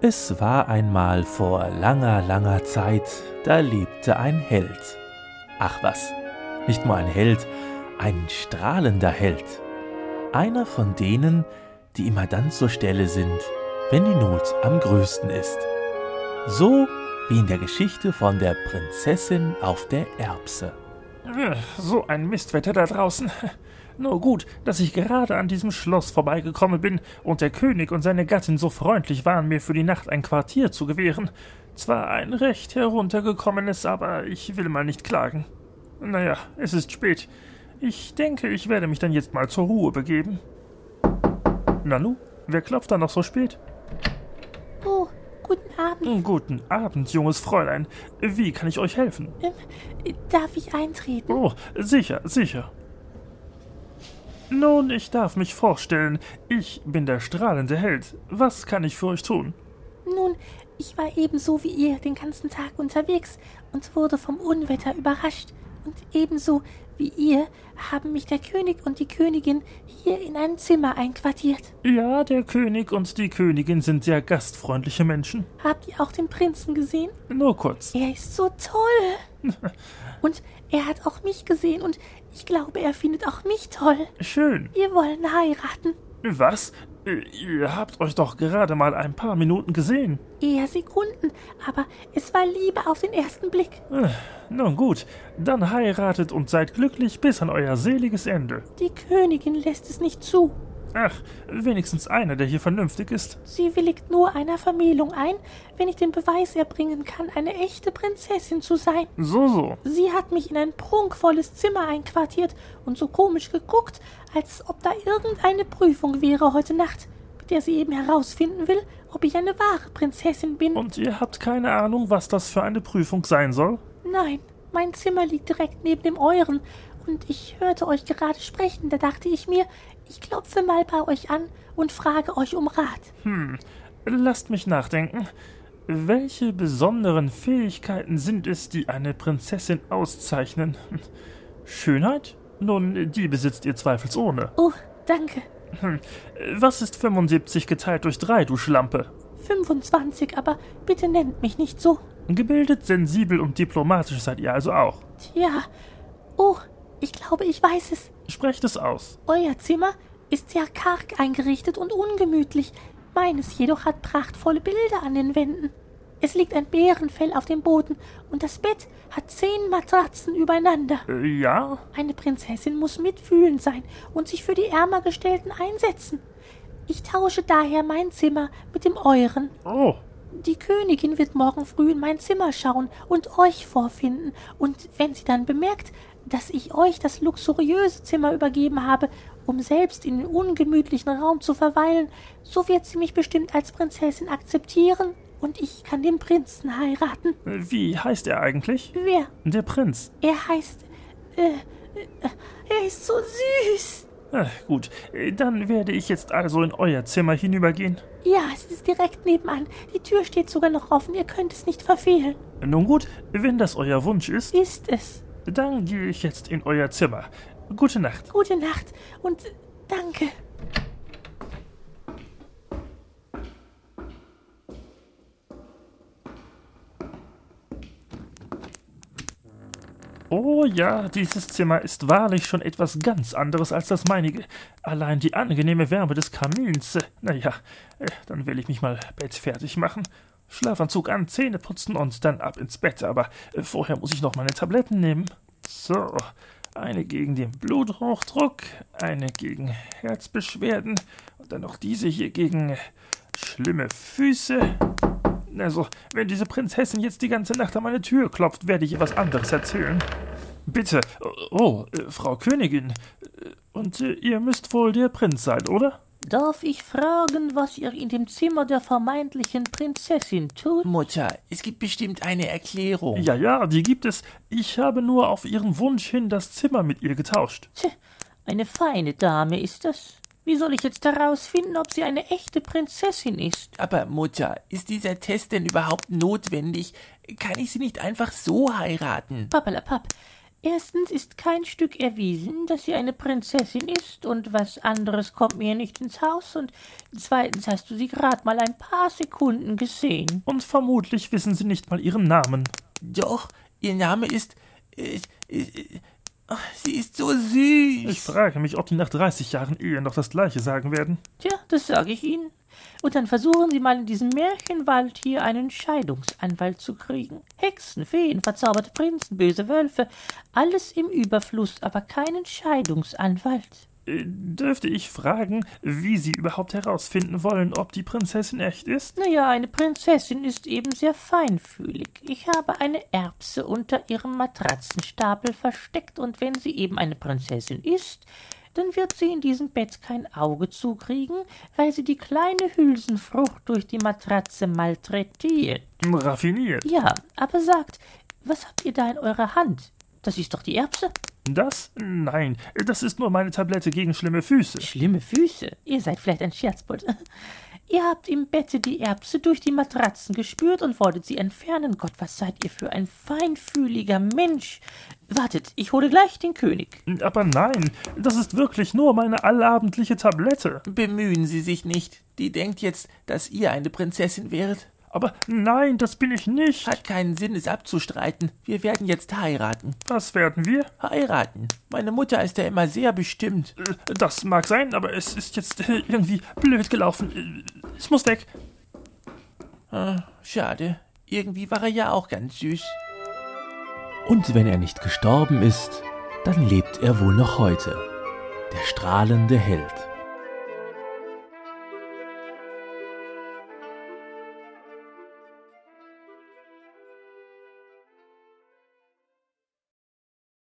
Es war einmal vor langer, langer Zeit, da lebte ein Held. Ach was, nicht nur ein Held, ein strahlender Held. Einer von denen, die immer dann zur Stelle sind, wenn die Not am größten ist. So wie in der Geschichte von der Prinzessin auf der Erbse. Äh, So ein Mistwetter da draußen. Nur gut, dass ich gerade an diesem Schloss vorbeigekommen bin und der König und seine Gattin so freundlich waren, mir für die Nacht ein Quartier zu gewähren. Zwar ein recht heruntergekommenes, aber ich will mal nicht klagen. Naja, es ist spät. Ich denke, ich werde mich dann jetzt mal zur Ruhe begeben. Nanu, wer klopft da noch so spät? Oh, guten Abend. Guten Abend, junges Fräulein. Wie kann ich euch helfen? Ähm, darf ich eintreten? Oh, sicher, sicher. Nun, ich darf mich vorstellen. Ich bin der strahlende Held. Was kann ich für euch tun? Nun, ich war ebenso wie ihr den ganzen Tag unterwegs und wurde vom Unwetter überrascht. Und ebenso wie ihr haben mich der König und die Königin hier in einem Zimmer einquartiert. Ja, der König und die Königin sind sehr gastfreundliche Menschen. Habt ihr auch den Prinzen gesehen? Nur kurz. Er ist so toll. und er hat auch mich gesehen und ich glaube, er findet auch mich toll. Schön. Wir wollen heiraten. Was? Ihr habt euch doch gerade mal ein paar Minuten gesehen. Eher Sekunden, aber es war Liebe auf den ersten Blick. Äh, Nun gut, dann heiratet und seid glücklich bis an euer seliges Ende. Die Königin lässt es nicht zu. Ach, wenigstens einer, der hier vernünftig ist. Sie willigt nur einer Vermählung ein, wenn ich den Beweis erbringen kann, eine echte Prinzessin zu sein. So, so. Sie hat mich in ein prunkvolles Zimmer einquartiert und so komisch geguckt, als ob da irgendeine Prüfung wäre heute Nacht, mit der sie eben herausfinden will, ob ich eine wahre Prinzessin bin. Und ihr habt keine Ahnung, was das für eine Prüfung sein soll? Nein, mein Zimmer liegt direkt neben dem euren. Und ich hörte euch gerade sprechen, da dachte ich mir, ich klopfe mal bei euch an und frage euch um Rat. Hm, lasst mich nachdenken. Welche besonderen Fähigkeiten sind es, die eine Prinzessin auszeichnen? Schönheit? Nun, die besitzt ihr zweifelsohne. Oh, danke. Hm, Was ist 75 geteilt durch 3, du Schlampe? 25, aber bitte nennt mich nicht so. Gebildet, sensibel und diplomatisch seid ihr also auch. Tja. Oh, ich glaube, ich weiß es. Sprecht es aus. Euer Zimmer ist sehr karg eingerichtet und ungemütlich. Meines jedoch hat prachtvolle Bilder an den Wänden. Es liegt ein Bärenfell auf dem Boden und das Bett hat zehn Matratzen übereinander. Äh, Ja? Eine Prinzessin muss mitfühlend sein und sich für die ärmer Gestellten einsetzen. Ich tausche daher mein Zimmer mit dem euren. Oh, Die Königin wird morgen früh in mein Zimmer schauen und euch vorfinden, und wenn sie dann bemerkt, dass ich euch das luxuriöse Zimmer übergeben habe, um selbst in den ungemütlichen Raum zu verweilen, so wird sie mich bestimmt als Prinzessin akzeptieren, und ich kann den Prinzen heiraten. wie heißt er eigentlich? Wer? Der Prinz. Er heißt. Äh, äh, er ist so süß. Ach, gut, äh, dann werde ich jetzt also in euer Zimmer hinübergehen. Ja, es ist direkt nebenan. Die Tür steht sogar noch offen, ihr könnt es nicht verfehlen. Nun gut, wenn das euer Wunsch ist, Ist es. dann gehe ich jetzt in euer Zimmer. Gute Nacht. Gute Nacht und danke. Oh ja, dieses Zimmer ist wahrlich schon etwas ganz anderes als das meinige. Allein die angenehme Wärme des Kamins. äh, Naja, äh, dann will ich mich mal bettfertig machen. Schlafanzug an, Zähne putzen und dann ab ins Bett. Aber äh, vorher muss ich noch meine Tabletten nehmen. So, eine gegen den Bluthochdruck, eine gegen Herzbeschwerden und dann noch diese hier gegen äh, schlimme Füße. Also, wenn diese Prinzessin jetzt die ganze Nacht an meine Tür klopft, werde ich ihr was anderes erzählen. Bitte. Oh, äh, Frau Königin. Äh, Und äh, ihr müsst wohl der Prinz sein, oder? Darf ich fragen, was ihr in dem Zimmer der vermeintlichen Prinzessin tut? Mutter, es gibt bestimmt eine Erklärung. Ja, ja, die gibt es. Ich habe nur auf ihren Wunsch hin das Zimmer mit ihr getauscht. Tja, eine feine Dame ist das. Wie soll ich jetzt herausfinden, ob sie eine echte Prinzessin ist? Aber Mutter, ist dieser Test denn überhaupt notwendig? Kann ich sie nicht einfach so heiraten? Pappalapapp. Erstens ist kein Stück erwiesen, dass sie eine Prinzessin ist, und was anderes kommt mir nicht ins Haus, und zweitens hast du sie gerade mal ein paar Sekunden gesehen. Und vermutlich wissen Sie nicht mal Ihren Namen. Doch, ihr Name ist. äh, äh, ach, sie ist so süß. Ich frage mich, ob die nach 30 Jahren Ehe noch das Gleiche sagen werden. Tja, das sage ich Ihnen. Und dann versuchen Sie mal in diesem Märchenwald hier einen Scheidungsanwalt zu kriegen. Hexen, Feen, verzauberte Prinzen, böse Wölfe, alles im Überfluss, aber keinen Scheidungsanwalt. Äh, Dürfte ich fragen, wie Sie überhaupt herausfinden wollen, ob die Prinzessin echt ist? Naja, eine Prinzessin ist eben sehr feinfühlig. Ich habe eine Erbse unter ihrem Matratzenstapel versteckt, und wenn sie eben eine Prinzessin ist, dann wird sie in diesem Bett kein Auge zukriegen, weil sie die kleine Hülsenfrucht durch die Matratze malträtiert. Raffiniert. Ja, aber sagt, was habt ihr da in eurer Hand? Das ist doch die Erbse. Das? Nein, das ist nur meine Tablette gegen schlimme Füße. Schlimme Füße. Ihr seid vielleicht ein Scherzbold. Ihr habt im Bette die Erbse durch die Matratzen gespürt und wolltet sie entfernen. Gott, was seid ihr für ein feinfühliger Mensch. Wartet, ich hole gleich den König. Aber nein, das ist wirklich nur meine allabendliche Tablette. Bemühen Sie sich nicht. Die denkt jetzt, dass ihr eine Prinzessin wäret. Aber nein, das bin ich nicht. Hat keinen Sinn, es abzustreiten. Wir werden jetzt heiraten. Was werden wir? Heiraten. Meine Mutter ist da immer sehr bestimmt. Äh, Das mag sein, aber es ist jetzt äh, irgendwie blöd gelaufen. Äh, Ich muss weg. Schade. Irgendwie war er ja auch ganz süß. Und wenn er nicht gestorben ist, dann lebt er wohl noch heute. Der strahlende Held.